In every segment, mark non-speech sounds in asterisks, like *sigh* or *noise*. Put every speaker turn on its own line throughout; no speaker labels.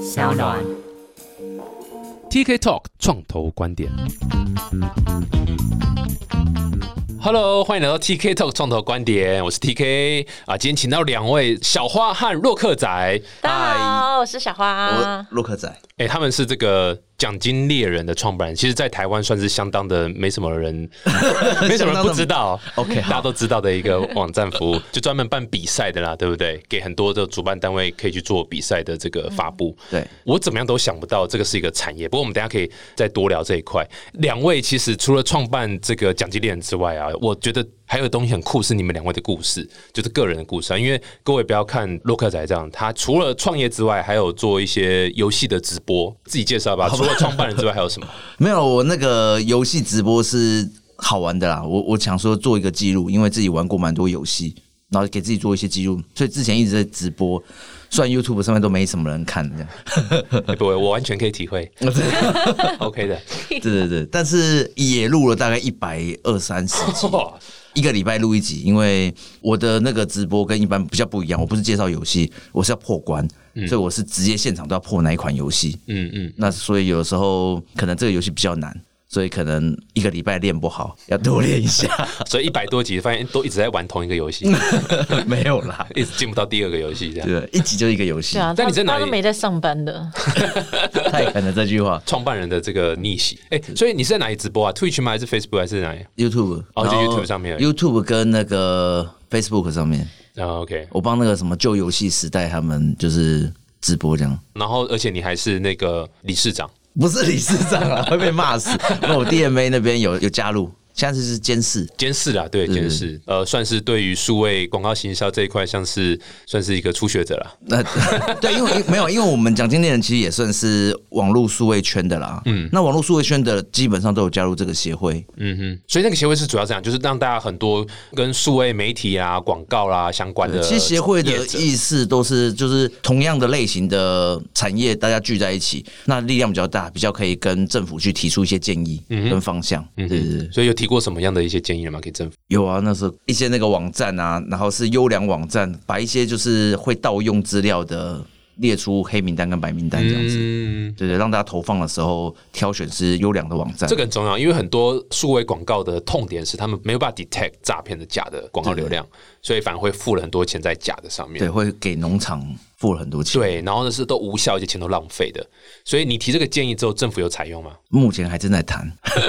小暖。
TK Talk 创投观点。Hello，欢迎来到 TK Talk 创投观点，我是 TK 啊。今天请到两位小花和洛克仔，
大家好，我是小
我
花。
洛克仔，
哎、他们是这个奖金猎人的创办人，其实，在台湾算是相当的没什么人，没什么人不知道。
OK，
大家都知道的一个网站服务，就专门办比赛的啦，对不对？给很多的主办单位可以去做比赛的这个发布。
对，
我怎么样都想不到这个是一个产业。不过我们等一下可以再多聊这一块。两位其实除了创办这个奖金猎人之外啊，我觉得还有东西很酷，是你们两位的故事，就是个人的故事啊。因为各位不要看洛克仔这样，他除了创业之外，还有做一些游戏的直播，自己介绍吧。除了创办人之外，还有什么？
没有我那个游戏直播是好玩的啦，我我想说做一个记录，因为自己玩过蛮多游戏，然后给自己做一些记录，所以之前一直在直播，虽然 YouTube 上面都没什么人看这样，
哎不会，我完全可以体会。OK 的，
对对对，但是也录了大概一百二三十集，
哇
一个礼拜录一集，因为我的那个直播跟一般比较不一样，我不是介绍游戏，我是要破关，所以我是直接现场都要破哪一款游戏，
嗯嗯，
那所以有时候可能这个游戏比较难，所以可能一个礼拜练不好，要多练一下。 *laughs*
所以一百多集发现都一直在玩同一个游戏，
没有啦，
一直进不到第二个游戏这样。
对，一集就是一个游戏
对，啊，
但
他
你在哪
他
里
都没在上班的，
太狠了这句话。
创办人的这个逆袭。哎、
嗯
所以你是在哪里直播啊？Twitch 吗？还是 Facebook 还是哪里？
YouTube，
哦就
然后
YouTube 上面而已
，YouTube 跟那个 Facebook 上面，
啊、o k
我帮那个什么旧游戏时代他们就是直播这样。
然后而且你还是那个理事长，
不是理事长啊，会被骂死。那我 DMA 那边有有加入，现在是监视，
监事啦，
嗯
对，监事，呃，算是对于数位广告行销这一块，像是算是一个初学者啦。
那呃 *laughs* 对，因为没有，因为我们奖金猎人其实也算是网络数位圈的啦。嗯，那网络数位圈的基本上都有加入这个协会。
嗯哼，所以那个协会是主要这样，就是让大家很多跟数位媒体啊、广告啦、相关的业者，
呃其实协会的意思都是就是同样的类型的产业，大家聚在一起，那力量比较大，比较可以跟政府去提出一些建议
嗯
跟方向。对对对，
所以有提过什么样的一些建议了吗？给政府？
有啊，那时候一些那个网站啊，然后是优良网站，把一些就是会盗用资料的列出黑名单跟白名单这样子。
嗯，
对对，让大家投放的时候挑选是优良的网站。
这个很重要，因为很多数位广告的痛点是他们没有办法 detect 诈骗的假的广告流量，所以反而会付了很多钱在假的上面。
对，会给农场付了很多钱。，
对，然后呢是都无效，而且钱都浪费的。所以你提这个建议之后，政府有采用吗？
目前还正在谈。
*laughs*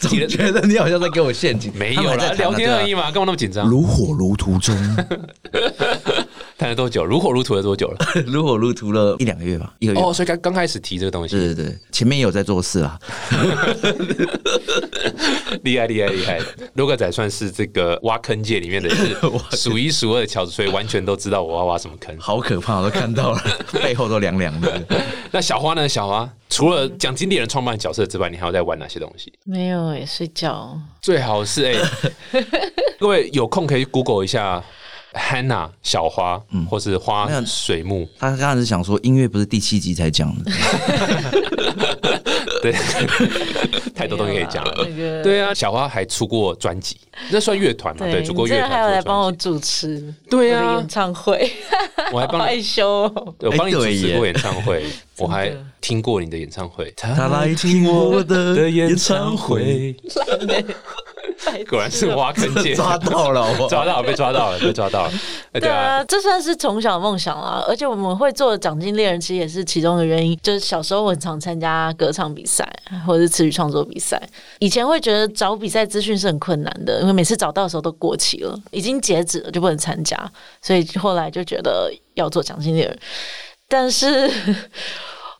总
提了
觉得你好像在给我陷阱，
没
他
有
们还
啦，
在谈
聊
啊
天
对啊
而已嘛，干嘛那么紧张？
如火如荼中，
谈了多久？如火 *laughs* 如荼了多久了？
如火如荼了一两个月吧，一个月。
哦，所以刚刚开始提这个东西，
对对对，前面也有在做事啦。
厉害厉害厉
*laughs*
害！罗克仔算是这个挖坑界里面的是数一数二的翘楚，所以完全都知道我要挖什么坑。
好可怕，我都看
*laughs*
到了，背后都凉凉的。
那小花呢？小花除了奖金猎人创办角色之外，你还有在玩哪些东西？
没有也睡觉。
最好是哎、各位有空可以 Google 一下 Hannah 小花，
嗯
或是花
没有
水木。
他刚才是想说，音乐不是第七集才讲的，
对， *laughs* 太多东西可以讲了。
没有啦那个
对啊，小花还出过专辑，那算乐团嘛？对，出
你
过
这
乐
还有
团，
来
出
帮我
过专辑。
主持
对
我
啊
的演唱会，
我还
好 *laughs*
帮你，
害羞哦。
对我帮你主
哎对
持
耶
过演唱会，我还听过你的演唱会。 *laughs* 他
他来听我的演唱会，，
*laughs* 白痴哦
果然是。挖坑
*laughs*
界，
*laughs* 抓到了
*laughs*
我。
抓到被抓到了，被抓到了。哎，
对
对啊，
啊，这算是从小梦想啦。而且我们会做《奖金猎人》，其实也是其中的原因。就是小时候我很常参加歌唱比赛或者是词语创作比赛，以前会觉得找比赛资讯是很困难的，因为每次找到的时候都过期了，已经截止了就不能参加，所以后来就觉得要做《奖金猎人》，但是。 *laughs*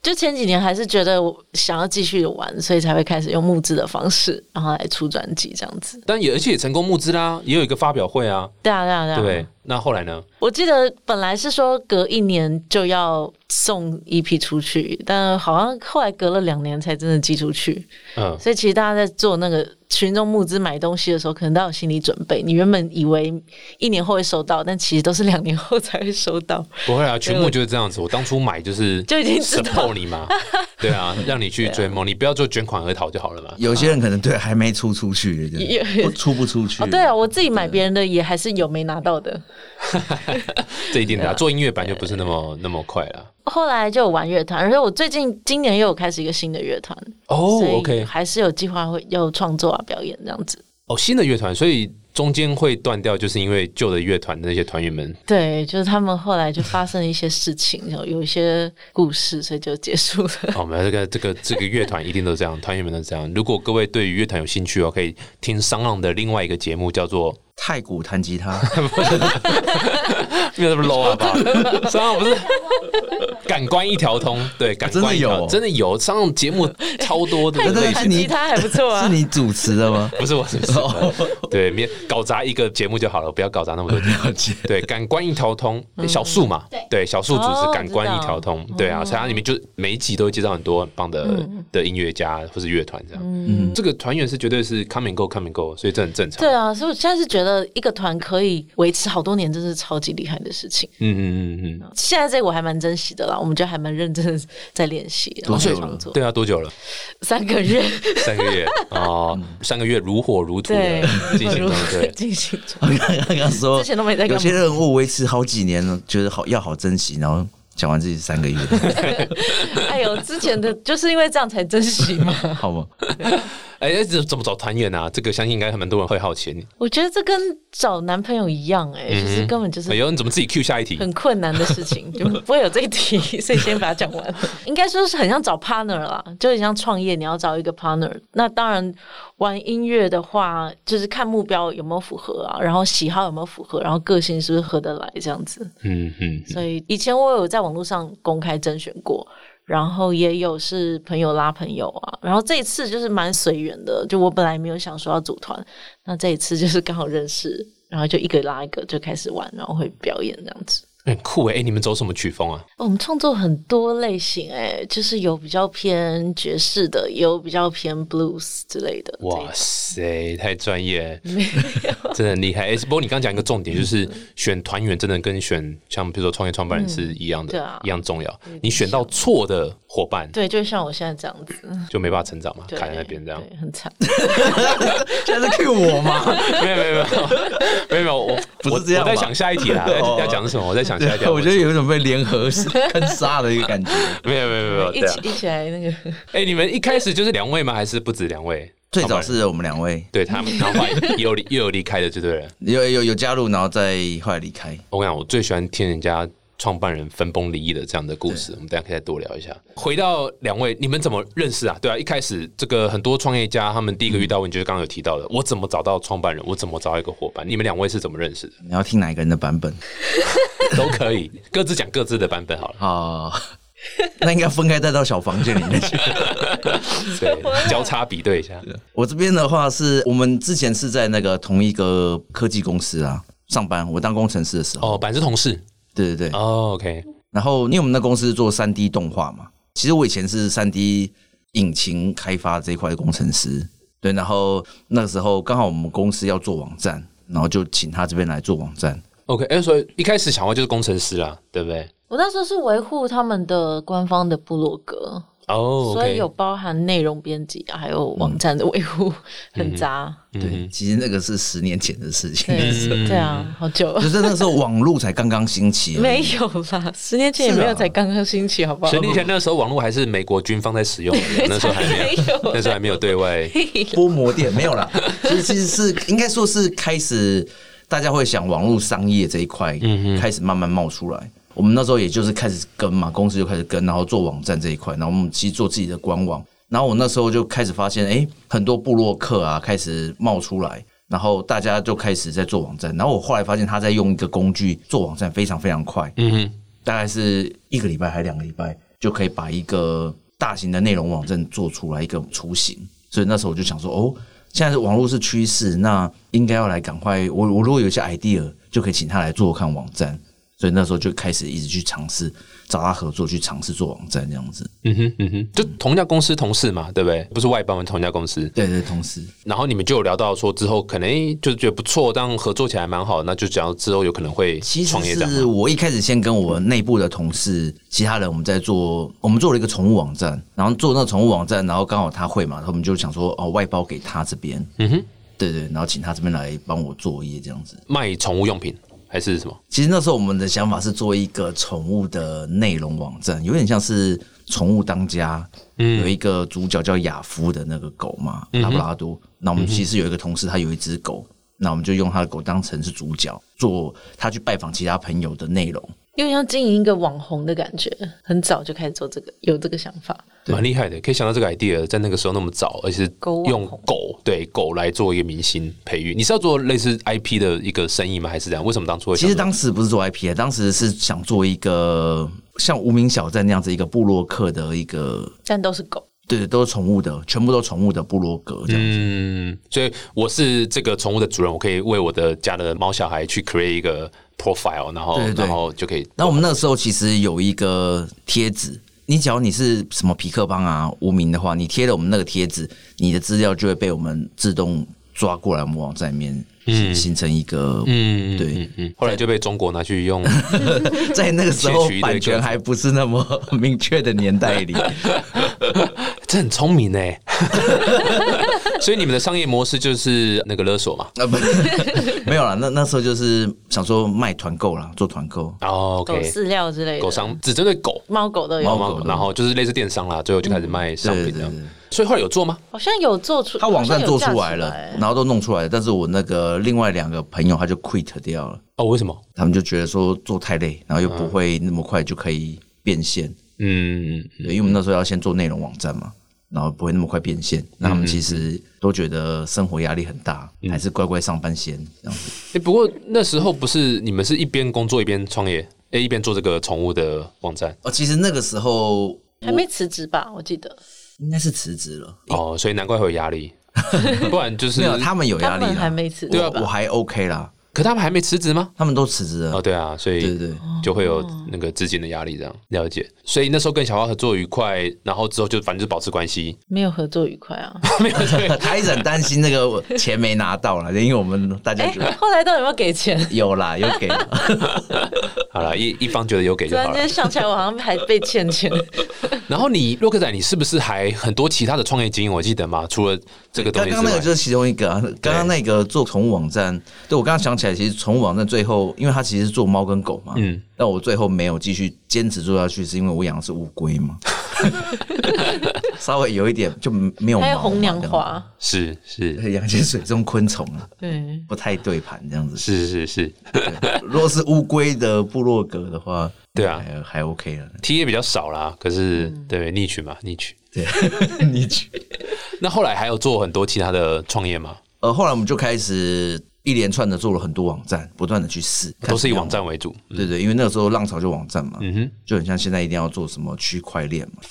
就前几年还是觉得我想要继续玩，所以才会开始用募资的方式，然后来出专辑这样子。
但也而且也成功募资啦，也有一个发表会啊，
对啊，对啊，对啊。
对不对？那后来呢？
我记得本来是说隔一年就要送一批出去，但好像后来隔了两年才真的寄出去。
嗯，
所以其实大家在做那个群众募资买东西的时候，可能都有心理准备。你原本以为一年后会收到，但其实都是两年后才会
*laughs*
收到。
不会啊，全部就是这样子。我当初买就是
*laughs* 就已经知道
support 你
*laughs*
嘛，对啊，让你去追梦，你不要做卷款而逃就好了嘛。
有些人可能对还没出
*laughs*
出去，
也
对不出不出去。
哦，对啊，我自己买别人的也还是有没拿到的。啊
这一定的啊、做音乐版就不是那么那么快了。
后来就有玩乐团，而且我最近今年又有开始一个新的乐团
哦
所以
，OK，
还是有计划会有创作啊、表演这样子。
哦，新的乐团，所以中间会断掉，就是因为旧的乐团的那些团员们
对，就是他们后来就发生了一些事情，然后有一些故事，所以就结束了。
哦，没有这个这个这个乐团一定都这样，团员们都这样。如果各位对于乐团有兴趣哦，可以听商浪的另外一个节目，叫做
太鼓弹吉
*laughs*
*laughs*
他，
没有那么 low 啊 *laughs* 吧？商浪不是 *laughs* 感官一条通，对，感官一条、
啊真的有
真的有商浪节目超多
*laughs*
的
真的
类
是
型，
*laughs*
你
吉他还不错啊
是。你主持的吗？
不是我是不
哦
是？ *laughs* 对，啊没有搞砸一个节目就好了，不要搞砸那
*laughs*
么多节目。
了解。
对，感官一条通，小树嘛，嗯对，小树主持
哦
感官一条通，对啊，所以它里面就每一集都会介绍很多很棒的、的音乐家或是乐团这样。嗯，这个团员是绝对是 come and go come and go，所以这很正常。
对啊，所以我现在是觉得一个团可以维持好多年，真是超级厉害的事情。
嗯嗯嗯嗯，
现在这个我还蛮珍惜的啦，我们就还蛮认真的在练习，然后
多久了
创作
对啊，多久了？
三个月，
三个月哦，
嗯
三个月如火如荼
对。
的，进行中，对
进行中。
刚刚刚刚说
之前都没在干嘛
有些任务维持好几年了，觉得好要好珍惜，然后讲完自己三个月， *laughs*
哎呦，之前的就是因为这样才珍惜嘛。 *laughs*
好吗？
哎、这怎么找团员啊？这个相信应该很多人会好奇你。
我觉得这跟找男朋友一样、哎、
嗯
就是根本就是
哎呦，你怎么自己 Q 下一题？
很困难的事情，就不会有这一题，所以先把它讲完。 *laughs* 应该说是很像找 partner 啦，就很像创业，你要找一个 partner。那当然，玩音乐的话，就是看目标有没有符合啊，然后喜好有没有符合，然后个性是不是合得来这样子。
嗯嗯，
所以以前我有在网络上公开甄选过，然后也有是朋友拉朋友啊，然后这一次就是蛮随缘的，就我本来没有想说要组团，那这一次就是刚好认识，然后就一个拉一个就开始玩，然后会表演这样子。
很酷哎、哎你们走什么曲风啊？
哦我们创作很多类型、哎，就是有比较偏爵士的，也有比较偏 blues 之类的。
哇塞，太专
*laughs*
业，真的很厉害。哎、不过你刚刚讲一个重点，就是
嗯
选团员真的跟选像比如说创业创办人是一样的，
对啊
一样重要。你选到错的伙伴，
对，就像我现在这样
*laughs*
子，
就没办法成长嘛，
对
卡在那边这样。啊
对很惨。
现在是 Q 我吗？
*laughs* 没有没有没有
*laughs*
没有没有，我
不是
我
这样吧
我在想下一题啦，
*laughs* 哦
要讲什么？我在想下一题
对，
啊。
*laughs* 我觉得有一种被联合 *laughs* 坑杀的一个
*laughs*
感觉。
没有没有没有没有，
一 *laughs*
对啊
起。一起来那个，
哎，你们一开始就是两位吗？还是不止两位？
最早
创办人
是我们两位
对他们，然后后来也有离又有离开的，就对了。
有有有加入，然后再后来离开。
我跟你讲，我最喜欢听人家创办人分崩离析的这样的故事。我们等一下可以再多聊一下。回到两位，你们怎么认识啊？对啊，一开始这个很多创业家他们第一个遇到问题，就是刚刚有提到的，我怎么找到创办人，我怎么找到一个伙伴？你们两位是怎么认识的？
*laughs*
你要听哪一个人的版本？
都可以，各自讲各自的版本好了。
啊、 *laughs* 那应该分开带到小房间里面去。
*laughs*
*laughs*
对，交叉比对一下。
我这边的话是我们之前是在那个同一个科技公司啊上班，我当工程师的时候，
哦，本来是同事。
对对对。
哦，OK，
然后因为我们那公司做三 D 动画嘛，其实我以前是三 D 引擎开发这一块的工程师，对。然后那个时候刚好我们公司要做网站，然后就请他这边来做网站。
OK，哎、所以一开始想要就是工程师啦，对不对？
我那时候是维护他们的官方的部落格，
哦、o k
所以有包含内容编辑啊，还有网站的维护，
嗯
很杂。
对，其实那个是十年前的事情，
对
嗯
对啊，好久了
就是那时候网络才刚刚兴起而已，
没有啦，十年前也没有，才刚刚兴起，好不好？
啊十年前那时候网络还是美国军方在使用的，那时候还没
*laughs* 才没
有 *laughs*
有，
那时候还没有对
*laughs*
外。
波摩店没有啦，其实其实是应该说是开始大家会想网络商业这一块，开始慢慢冒出来。我们那时候也就是开始跟嘛，公司就开始跟，然后做网站这一块，然后我们其实做自己的官网。然后我那时候就开始发现，哎、很多部落客啊开始冒出来，然后大家就开始在做网站。然后我后来发现他在用一个工具做网站非常非常快，
嗯哼，
大概是一个礼拜还两个礼拜就可以把一个大型的内容网站做出来一个雏形。所以那时候我就想说，哦，现在网络是趋势，那应该要来赶快。我我如果有一些 idea，就可以请他来做看网站。所以那时候就开始一直去尝试找他合作，去尝试做网站这样子。
嗯哼，嗯哼，就同一家公司同事嘛，对不对？不是外包，我们同一家公司。
对对，同时
然后你们就有聊到说，之后可能诶就是觉得不错，这样合作起来蛮好，那就讲之后有可能会
其实
创业这样
是
嘛。
我一开始先跟我内部的同事、其他人，我们在做，我们做了一个宠物网站，然后做那个宠物网站，然后刚好他会嘛，我们就想说哦，外包给他这边，
嗯哼，
对对，然后请他这边来帮我作业这样子。
卖宠物用品。还是什么？
其实那时候我们的想法是做一个宠物的内容网站，有点像是宠物当家，
嗯
有一个主角叫雅夫的那个狗嘛，拉布拉多。那我
嗯
们其实有一个同事，他有一只狗，那我们就用他的狗当成是主角，做他去拜访其他朋友的内容。
因为要经营一个网红的感觉，很早就开始做这个，有这个想法。
蛮厉害的，可以想到这个 idea，在那个时候那么早，而且是
狗网红
用狗对狗来做一个明星培育。你是要做类似 IP 的一个生意吗？还是这样？为什么当初会
其
想
实
说
当时不是做 IP 啊，当时是想做一个像无名小站那样子一个部落客的一个，
但都是狗，
对，都是宠物的，全部都宠物的部落格这样子。
嗯，所以我是这个宠物的主人，我可以为我的家的猫小孩去 create 一个 profile，然后
对对对
然后就可以
那我们那个时候其实有一个贴纸，你只要你是什么皮克邦啊、无名的话，你贴了我们那个贴纸，你的资料就会被我们自动抓过来，我们网站里面形形成一个。
嗯，
对
嗯嗯，后来就被中国拿去用，
*laughs* 在那个时候
窃取一，堆
版
歌
权
词
还不是那么 *laughs* 明确的年代里，
这很聪明哎。 *laughs* 所以你们的商业模式就是那个勒索嘛？
*laughs*
*laughs*
啊，不，没有啦，那那时候就是想说卖团购啦，做团购。
哦
狗
，OK，
饲料之类的，
狗商只针对狗。
猫狗都
猫
有，
猫，然后就是类似电商啦，最后就开始卖商品这样
嗯对对对。
所以后来有做吗？
好像有做出，
他网站做出来
好
了
像有架起来，
然后都弄出来了，但是我那个另外两个朋友他就 quit 掉了，
哦，为什么？
他们就觉得说做太累，然后又不会那么快就可以变现，
嗯，
对，因为我们那时候要先做内容网站嘛，然后不会那么快变现，那他们其实都觉得生活压力很大，还是乖乖上班先这样子。
哎，不过那时候不是你们是一边工作一边创业，哎，一边做这个宠物的网站。
哦，其实那个时候
还没辞职吧？我记得
应该是辞职了，
哦，所以难怪会有压
*laughs*
力，不然就是
没有，他们有压
他
力
们
啦
还没辞职
对啊，
吧
我还 OK 啦，
可他们还没辞职吗？
他们都辞职了
哦，，对啊，所
嗯对
以
对对。哦
就会有那个资金的压力，这样了解。所以那时候跟小花合作愉快，然后之后就反正就保持关系，
没有合作愉快
*laughs*
啊。
没有对。
*laughs* 他一直很担心那个钱没拿到了， *laughs* 因为我们大家
哎
觉得，
后来到底有没有给钱？
有啦，有给了。
好了，
*laughs*
一一方觉得 *laughs* 有啊给
突
就
然
好了
间。想起来，我好像还被欠钱。
然后你洛克仔，你是不是还很多其他的创业经验？我记得嘛，除了这个东
刚
西之
刚那个
外，
就是其中一个、啊，刚刚那个做宠物网站，对我刚刚想起来，其实宠物网站最后，因为它其实是做猫跟狗嘛，
嗯
嗯，但我最后没有继续坚持做下去，是因为我养的是乌龟嘛，
*laughs*
稍微有一点就没有毛嘛，
还有红娘
这样
花，
是是
子，养些水中昆虫啊，
对，
不太对盘这样子。
是是是，
如果是乌龟的部落格的话，
对啊
还还 OK
*laughs*
了，
，T 也比较少啦，可是
嗯
对逆取嘛逆取。
对，你去。
那后来还有做很多其他的创业吗？
呃，后来我们就开始一连串的做了很多网站，不断的去试，
都是以网
站。
站为主。
对对，因为那个时候浪潮就网站嘛，
嗯哼。
就很像现在一定要做什么区块链嘛，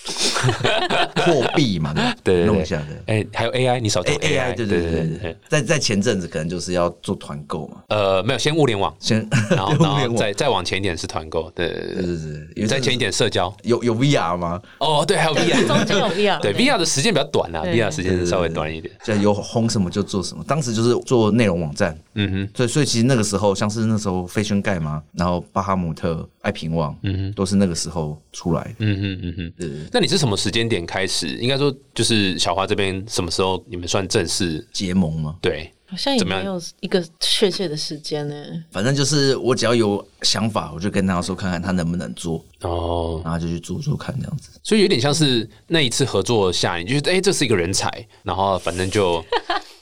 货币嘛，
*laughs* 对对对
弄一下的。
哎、还有 AI，你少讲
A A I 对对对对
对
对，。在在前阵子可能就是要做团购嘛，
呃，没有，先物联网，
先
然
*laughs*
后然
物联
后
网
再再往前一点是团购，对对对
对
对。
对对，因
你
为
再前一点社交，
有有 V R 吗？
哦，对，还有 VR，
中啊间有 VR，
对 VR 的时间比较短啦
对
，VR 时间稍微短一点。
就有红什么就做什么，当时就是做内容网站，
嗯哼，
所以所以其实那个时候像是那时候飞轩盖嘛，然后巴哈姆特、爱平网，嗯，都是那个时候出来的。
嗯哼，嗯哼。
对对对
那你是什么时间点开始？应该说就是小花这边什么时候你们算正式？
结盟嘛，
对，
好像也没有一个确切的时间呢。
反正就是我只要有想法，我就跟他说看看他能不能做，
哦，
然后就去做做看这样子。
所以有点像是那一次合作下，你就觉得哎、这是一个人才，然后反正就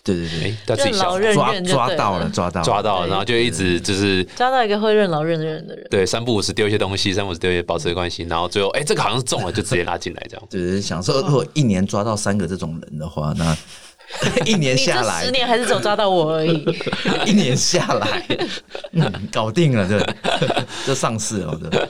对对
哎他
对，，
自己
任劳
笑
任
抓
怨就
抓
对
到了，，抓到。
抓到，然后就一直就是
抓到一个会任劳任怨的人。
对，三不五时丢一些东西，三不五时丢一些保持关系，然后最后哎、这个好像是中了，就直接拉进来这样
就是想说，如果一年抓到三个这种人的
*laughs*
话，那 *laughs* 一年
你这
下来
十，年还是只有抓到我而已。
*laughs* 一年下来，嗯搞定了， *laughs* 对，就上市了，对。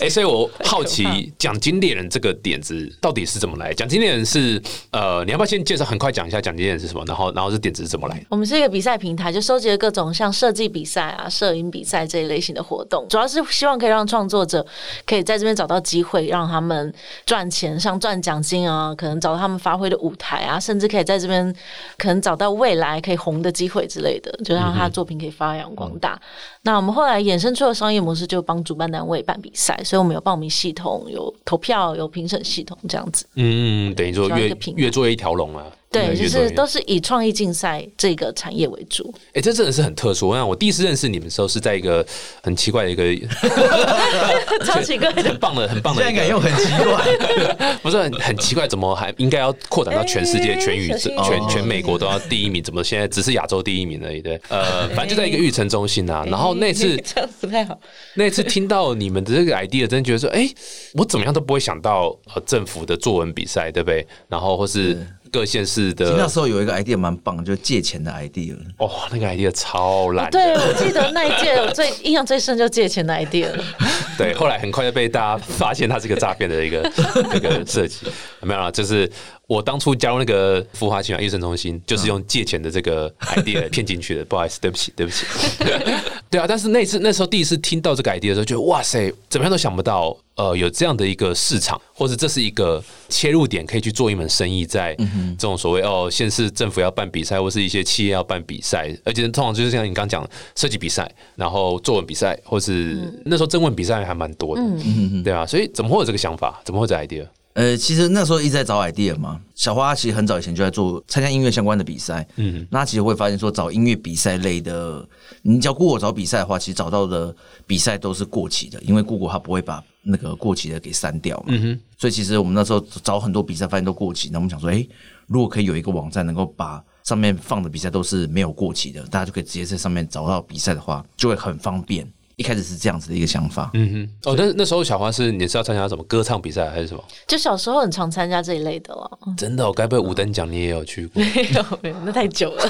哎、所以我好
太
奇奖金猎人这个点子到底是怎么来？奖金猎人是呃，你要不要先介绍？很快讲一下奖金猎人是什么，然后然后这点子是怎么来的？
我们是一个比赛平台，就收集了各种像设计比赛啊、摄影比赛这一类型的活动，主要是希望可以让创作者可以在这边找到机会，让他们赚钱，像赚奖金啊，可能找到他们发挥的舞台啊，甚至可以在这边可能找到未来可以红的机会之类的，就让他
嗯
的作品可以发扬光大。那我们后来衍生出的商业模式，就帮主办单位办比赛，所以我们有报名系统、有投票、有评审系统这样子。
嗯，等于说
抓一
越
个平衡
越做越一条龙啊。越来
对，
越多
就是
元
都是以创意竞赛这个产业为主。
哎、这真的是很特殊。我想我第一次认识你们的时候，是在一个很奇怪的一个
*laughs* 超奇怪的
很棒的、很棒
现
的
在
一
敢用
个，
很奇怪，
*laughs* 不是很很奇怪，怎么还应该要扩展到全世界、
哎
全宇
小
宙
心、
全
哦
全美国都要第一名？怎么现在只是亚洲第一名而
*laughs*
已？对，
哎
呃，反正就在一个育成中心啊。然后那次
这样不太好。
那次听到你们的这个 idea，真觉得说，哎、我怎么样都不会想到呃政府的作文比赛，对不对？然后或是各县市
其实那
的，
时候有一个 idea 蛮棒，就借钱的 idea。
哇、那个 idea 超烂的、
哦对，我记得那一届我最印象最深就借钱的 idea 了。
对，后来很快就被大家发现它是一个诈骗的一个一个设计，没有啦，就是我当初加入那个孵化器啊，育成中心，就是用借钱的这个 idea 骗进去的，不好意思，对不起，对不起。对啊，但是那次那时候第一次听到这个 idea 的时候，觉得哇塞，怎么样都想不到，呃，有这样的一个市场，或者这是一个切入点，可以去做一门生意，在这种所谓哦，县市政府要办比赛，或是一些企业要办比赛，而且通常就是像你刚讲的设计比赛，然后作文比赛，或是、那时候征文比赛还蛮多的，对啊，所以怎么会有这个想法？怎么会有这个 idea？
呃，其实那时候一直在找 idea 嘛。小花其实很早以前就在做参加音乐相关的比赛，嗯，那其实会发现说找音乐比赛类的，嗯你只要 Google 找比赛的话，其实找到的比赛都是过期的，因为 Google 它不会把那个过期的给删掉嘛。嗯所以其实我们那时候找很多比赛，发现都过期，那我们想说，诶，如果可以有一个网站能够把上面放的比赛都是没有过期的，大家就可以直接在上面找到比赛的话，就会很方便。一开始是这样子的一个想法，嗯，
嗯哼，哦，但是那时候小花是你是要参加什么歌唱比赛还是什么？
就小时候很常参加这一类
*laughs*
的了。
真的、哦，该不会五等奖你也有去过？
没有没有，那太久 *laughs* 了，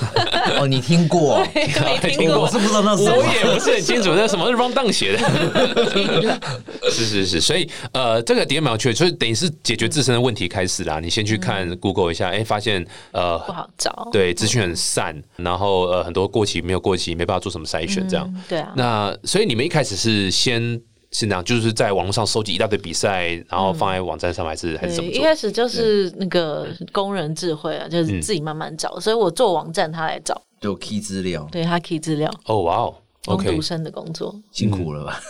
哦，你听过？
没听
*laughs*
哦
我
过
是。不知道那是什
我
么。
也不是很清楚那什么是 round down 写的， *laughs* 是是是，所以呃，这个点蛮有趣的，就是等于是解决自身的问题开始啦。你先去看 Google 一下，哎、发现呃
嗯不好找，
对，资讯很散，然后呃，很多过期没有过期，没办法做什么筛选这样。
嗯对啊，
那所以你们一开始是先是那样，就是在网络上收集一大堆比赛，然后放在网站上吗，还是还是怎
对，
么
一
做？嗯
开始就是那个工人智慧啊，就是自己慢慢找，所以我做网站他来找，
就 key 资料，
对他 key 资料，
哦，哇哦
工
，OK，
读生的工作，
辛苦了吧？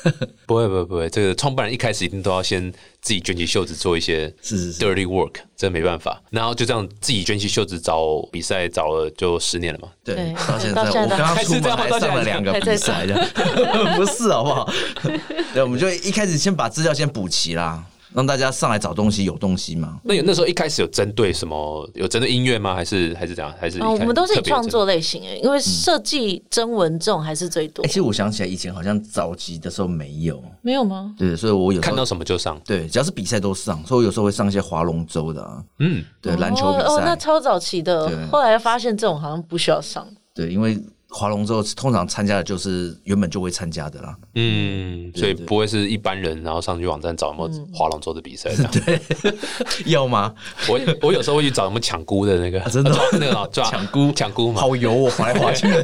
不会不会不会，这个创办人一开始一定都要先自己卷起袖子做一些
*laughs* 是是是，
dirty work，真没办法。然后就这样自己卷起袖子找比赛，找了就十年了嘛。
对
对，
到现在
到
我
现在
刚刚
还
出
是这
门
样
还
到现在
上了两个比赛的， *laughs* 不是好不好？对，我们就一开始先把资料先补齐啦，让大家上来找东西有东西嘛。
那有那时候一开始有针对什么？有针对音乐吗？还是还是怎样？还是一
嗯，我
开
们都是以
特别有嗯
创
针
作类型诶，欸因为设计、征文这种还是最多
哎，其，实我想起来以前好像早期的时候没有，
没有吗？
对，所以我有
对
时
看到
候
什么就上。
对，只要是比赛都上，所以我有时候会上一些划龙舟的啊，
嗯，
对，篮球比
哦哦，那
赛，
超早期
对
的，后来发现这种好像不需要上，
对，因为划龙舟通常参加的就是原本就会参加的啦，
嗯，所以不会是一般人，然后上去网站找有没有
嗯
划龙舟的比赛
*laughs*
这样。
要吗？
我我有时候会去找什么抢姑的那个，
啊真的
抓 *laughs* 那个抓
*laughs* 抢姑
抢姑嘛。
好油哦，划来划去的，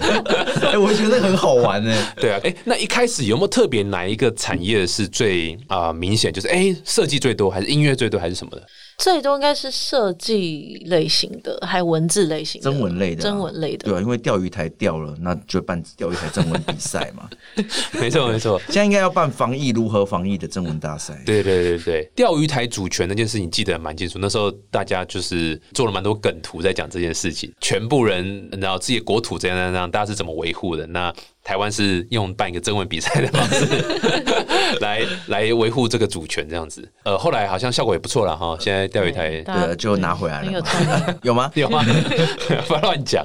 *laughs* 哎，我觉得很好玩欸呢。
对啊，哎、那一开始有没有特别哪一个产业是最啊、明显？就是哎，设、计最多，还是音乐最多，还是什么的？ *laughs*
最多应该是设计类型的，还有文字类型的、
征文类的啊
征文类的。
对啊，因为钓鱼台掉了，那就办钓鱼台征文比赛嘛。 *laughs*
没错，没错。
现在应该要办防疫如何防疫的征文大赛。
对对对对，钓鱼台主权那件事情记得蛮清楚。那时候大家就是做了蛮多梗图在讲这件事情，全部人然后自己的国土怎样怎样怎样，大家是怎么维护的？那台湾是用办一个征文比赛的方 *laughs* 式来来维护这个主权，这样子。呃，后来好像效果也不错了哈。现在钓鱼 *laughs* 台
大家
对，就拿回来
很有
了嘛。
创意。
*laughs* *laughs* 有吗？
有吗？ *laughs* 不要乱讲。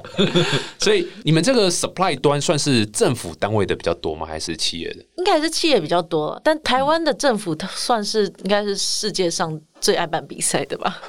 所以你们这个 supply 端算是政府单位的比较多吗？还是企业的？
应该还是企业比较多，但台湾的政府它算是应该是世界上最爱办比赛的吧？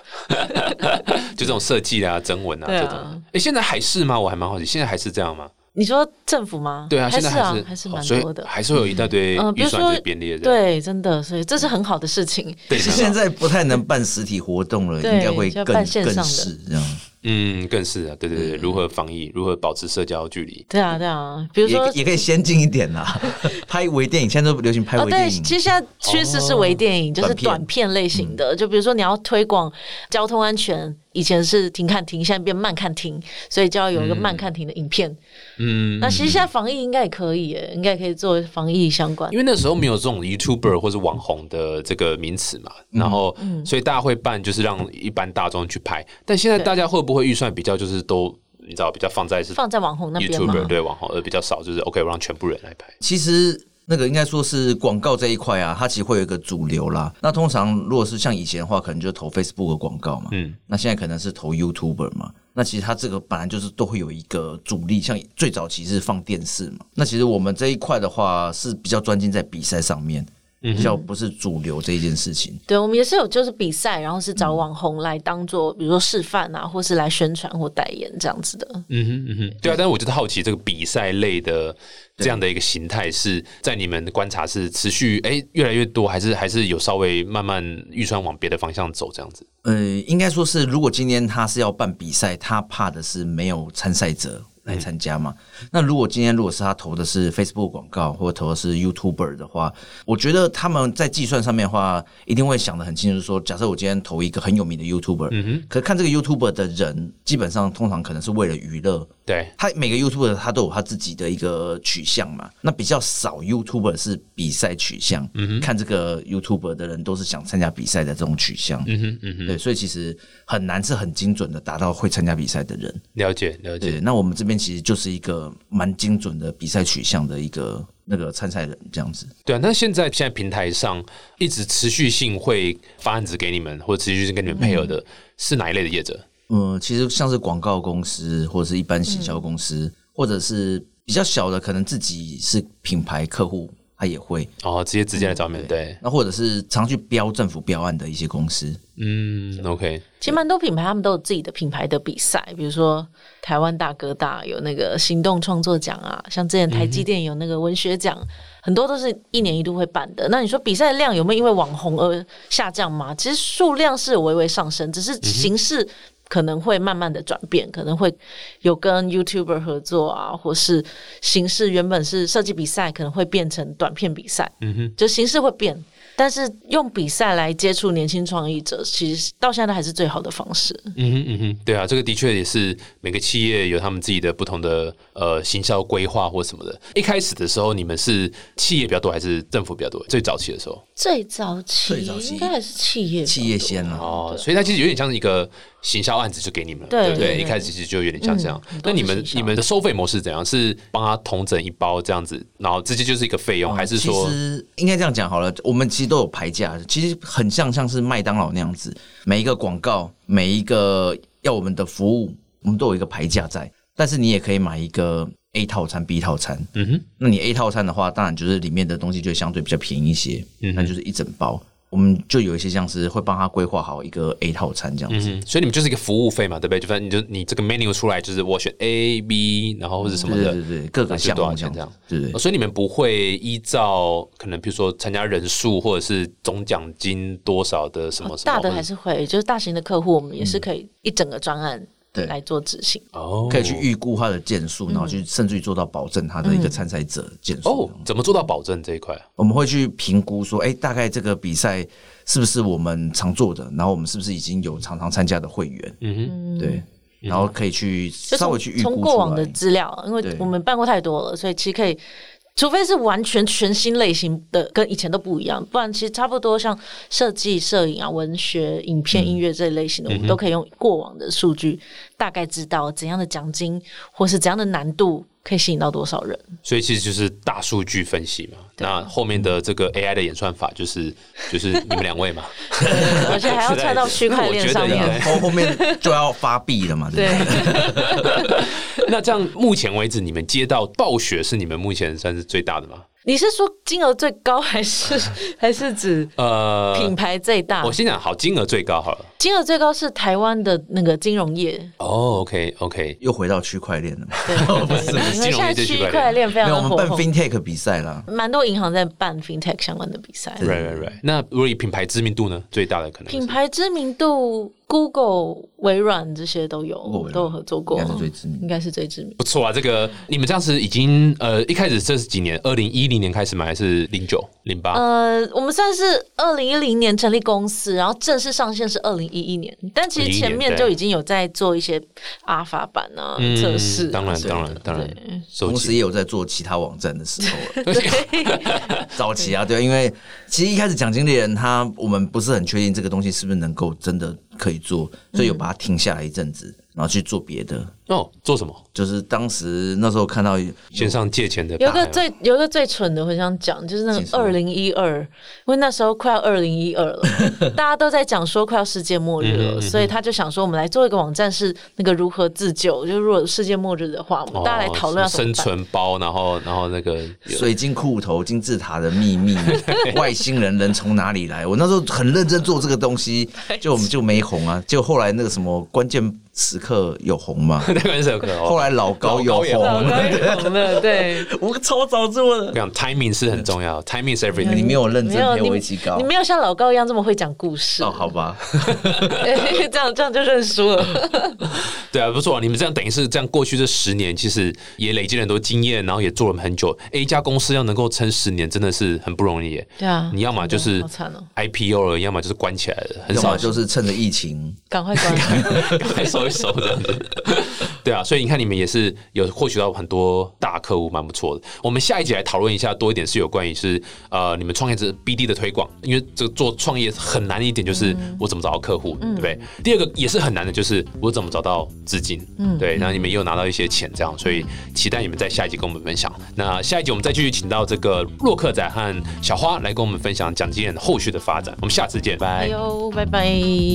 就这种设计啊、征文啊
对
这
啊
种。哎、现在还是吗？我还蛮好奇，现在还是这样吗？
你说政府吗？
对啊，
还
现
是
在
啊
还是，
还是
哦
蛮
所以
多的。
还是会有一大堆
嗯比
预
如
算
说
就是编列的。
对，真的，所以这是很好的事情。
对
是现在不太能办实体活动了，
对
应该会
就要
更
办线上的
更是这样，
嗯，更是啊，对对对，如何防疫，如何保持社交距离，
对啊，对啊，比如说
也也可以先进一点啦。 *laughs* 拍微电影，现在都流行拍
哦，
微
对，
电影，哦
其实现在趋势是微电影，就是
短片嗯
短片类型的。就比如说你要推广交通安全，以前是停看停，现在变慢看停，所以就要有一个慢看停的影片。
嗯，
那其实现在防疫应该也可以耶，应该也可以做防疫相关
因。为那时候没有这种 YouTuber 或是网红的这个名词嘛，然
嗯
后所以大家会办就是让一般大众去拍，但现在
对
大家会不会预算比较就是都你知道比较放在是
放在网红那边嘛
YouTuber 对网红，呃而比较少就是 OK 我让全部人来拍，
其实那个应该说是广告这一块啊，它其实会有一个主流啦。那通常如果是像以前的话，可能就投 Facebook 的广告嘛，
嗯，
那现在可能是投 YouTuber 嘛。那其实它这个本来就是都会有一个主力，像最早其实是放电视嘛。那其实我们这一块的话是比较专精在比赛上面，比较不是主流这一件事情。
对，我们也是有就是比赛，然后是
嗯
找网红来当做，比如说示范啊，或是来宣传或代言这样子的。
嗯哼嗯哼，对啊，但是我就是好奇这个比赛类的这样的一个形态是在你们的观察是持续哎、越来越多，还是还是有稍微慢慢预算往别的方向走这样子？
呃，应该说是，如果今天他是要办比赛，他怕的是没有参赛者来参加嘛。那如果今天如果是他投的是 Facebook 广告或者投的是 YouTuber 的话，我觉得他们在计算上面的话，一定会想得很清楚说假设我今天投一个很有名的 YouTuber，、可是看这个 YouTuber 的人，基本上通常可能是为了娱乐，
对，
他每个 YouTuber 他都有他自己的一个取向嘛，那比较少 YouTuber 是比赛取向，
嗯
看这个 YouTuber 的人都是想参加比赛的这种取向，
嗯哼嗯哼，
对，所以其实很难是很精准的达到会参加比赛的人。
了解了解。
对，那我们这边其实就是一个蛮精准的比赛取向的一个那个参赛人这样子。
对啊，那现在现在平台上一直持续性会发案子给你们，或者持续性跟你们配合的、是哪一类的业者？
嗯，其实像是广告公司或者是一般行
嗯
销公司，或者是比较小的，可能自己是品牌客户，他也会。
哦，直接直接来找你们，对，
那或者是常去标政府标案的一些公司，
嗯，OK，
其实蛮多品牌他们都有自己的品牌的比赛，比如说台湾大哥大有那个行动创作奖啊，像之前台积电有那个文学奖，很多都是一年一度会办的。那你说比赛量有没有因为网红而下降吗？其实数量是有微微上升，只是形式。可能会慢慢的转变，可能会有跟 YouTuber 合作啊，或是形式原本是设计比赛，可能会变成短片比赛，嗯哼，就形式会变，但是用比赛来接触年轻创意者，其实到现在还是最好的方式。
嗯哼嗯哼，对啊，这个的确也是每个企业有他们自己的不同的呃行销规划或什么的。一开始的时候，你们是企业比较多还是政府比较多？最早期的时候，
最早期
最早期
应该还是企业吧，
企业先啊了、
哦，所以它其实有点像一个行销案子就给你们了，
对
不对？
对
一开始其实就有点像这样。
嗯
那你
都
们
是行销
你们的收费模式是怎样？是帮他统整一包这样子，然后直接就是一个费用，哦还是说
哦其实应该这样讲好了，我们其实都有排价，其实很像像是麦当劳那样子，每一个广告，每一个要我们的服务，我们都有一个排价在。但是你也可以买一个 A 套餐、B 套餐，
嗯哼
那你 A 套餐的话，当然就是里面的东西就相对比较便宜一些，
嗯哼
那就是一整包。我们就有一些像是会帮他规划好一个 A 套餐这样子，
嗯，所以你们就是一个服务费嘛，对不对？就反正你就你这个 menu 出来就是我选 A、B，然后或者嗯什么
对
的，
对对对，各个
那就
项
多
目
少
这
钱
样
这样。，
子对对
哦
对
所以你们不会依照可能，比如说参加人数或者是总奖金多少的什么什么，
哦大的
或者
还是会，就是大型的客户，我们也是可以一整个专案
对
来做执行。
哦，
可以去预估他的件数，
嗯
然后去甚至于做到保证他的一个参赛者件数。
哦，怎么做到保证这一块啊？
我们会去评估说，哎、大概这个比赛是不是我们常做的，然后我们是不是已经有常常参加的会员，
嗯
对，然后可以去
就
稍
从
微去预估
从
出
过往的
来
资料，因为
对
我们办过太多了，所以其实可以，除非是完全全新类型的，跟以前都不一样，不然其实差不多像设计、摄影啊、文学、影
嗯
片、音乐这一类型的，我们都可以用过往的数据大概知道怎样的奖金或是怎样的难度可以吸引到多少人。
哼，所以其实就是大数据分析嘛。那后面的这个 AI 的演算法就是就是你们两位
*laughs*
嘛，
而且还要串到区块链上
我觉得
面。
也
后后
*laughs*
面就要发币了嘛，对不对？
*laughs* 那这样目前为止，你们接到暴雪是你们目前算是最大的吗？
你是说金额最高，还是还是指
呃，
品牌最大
我？先讲好金额最高好了。
金额最高是台湾的那个金融业，
哦，OK OK，
又回到区块链了嘛，
对，因为
金
现
融业
在
就是
区
区块链
块链非
没
常
有，
的
我们
火
办
红，
FinTech 比赛啦，
蛮多银行在办 fintech 相关的比赛。
对
right right right。那如果以品牌知名度呢，最大的可能是
品牌知名度， Google、微软这些都有，
Google 微软
都有合作过，
应该是最知名
应该是最知名。
不错啊，这个你们这样子已经呃一开始这是几年？二零一零年开始买还是零九零八？
呃，我们算是二零一零年成立公司，然后正式上线是二零一一年，但其实
01
前面
对
就已经有在做一些阿尔法版啊、
嗯
测试啊
当然
之类的
当然当然，手
同时
机
也有在做其他网站的时候啊了。
对，
早期啊，对，因为其实一开始奖金猎人他，我们不是很确定这个东西是不是能够真的可以做，所以有把它停下来一阵子，然后去做别的。
*laughs* 哦做什么？
就是当时那时候看到
线上借钱的
有
大
一
海
个
吗
最有一个最蠢的，我想讲，就是那
请
个
说
二零一二，因为那时候快要二零一二了，大家都在讲说快要世界末日了，所以他就想说，我们来做一个网站，是那个如何自救，就是如果世界末日的话，我们
哦
大家来讨论要
什么
怎
生
么办。
存包，然后然后那个，
水晶裤头、金字塔的秘密、外星人人从哪里来，我那时候很认真做这个东西，就我们就没红啊。就后来那个什么关键时刻有红嘛
*laughs* 那个是哦什么？
后来老高有
老高也
红，
红
*laughs*
懂了，对，
我超早做
我 *laughs*
的。
讲 timing 是很重要，timing is
你
everything。
没有认
没
真
有
陪我
你
一起搞
你没有像老高一样这么会讲故事
哦，，好吧。
*laughs* 这样这样就认输了。
对啊，不错、啊，你们这样等于是这样，过去这十年其实也累积了很多经验，然后也做了很久。A 家公司要能够撑十年，真的是很不容易耶。
对啊
你要么就
真
是
的好惨哦
IPO 了，要么就是关起来了，很
要
少
么就是趁着疫情，
赶快关，
*laughs* 来收一收这样子。对啊，所以你看，你们也是有获取到很多大客户，蛮不错的。我们下一集来讨论一下多一点，是有关于是呃你们创业者 BD 的推广，因为这个做创业很难的一点就是我怎么找到客户，对不对？第二个也是很难的，就是我怎么找到资金，嗯，对。然后你们又拿到一些钱，这样，所以期待你们在下一集跟我们分享。那下一集我们再继续请到这个洛克仔和小花来跟我们分享蒋经验后续的发展。我们下次见，拜。
哎呦，拜拜。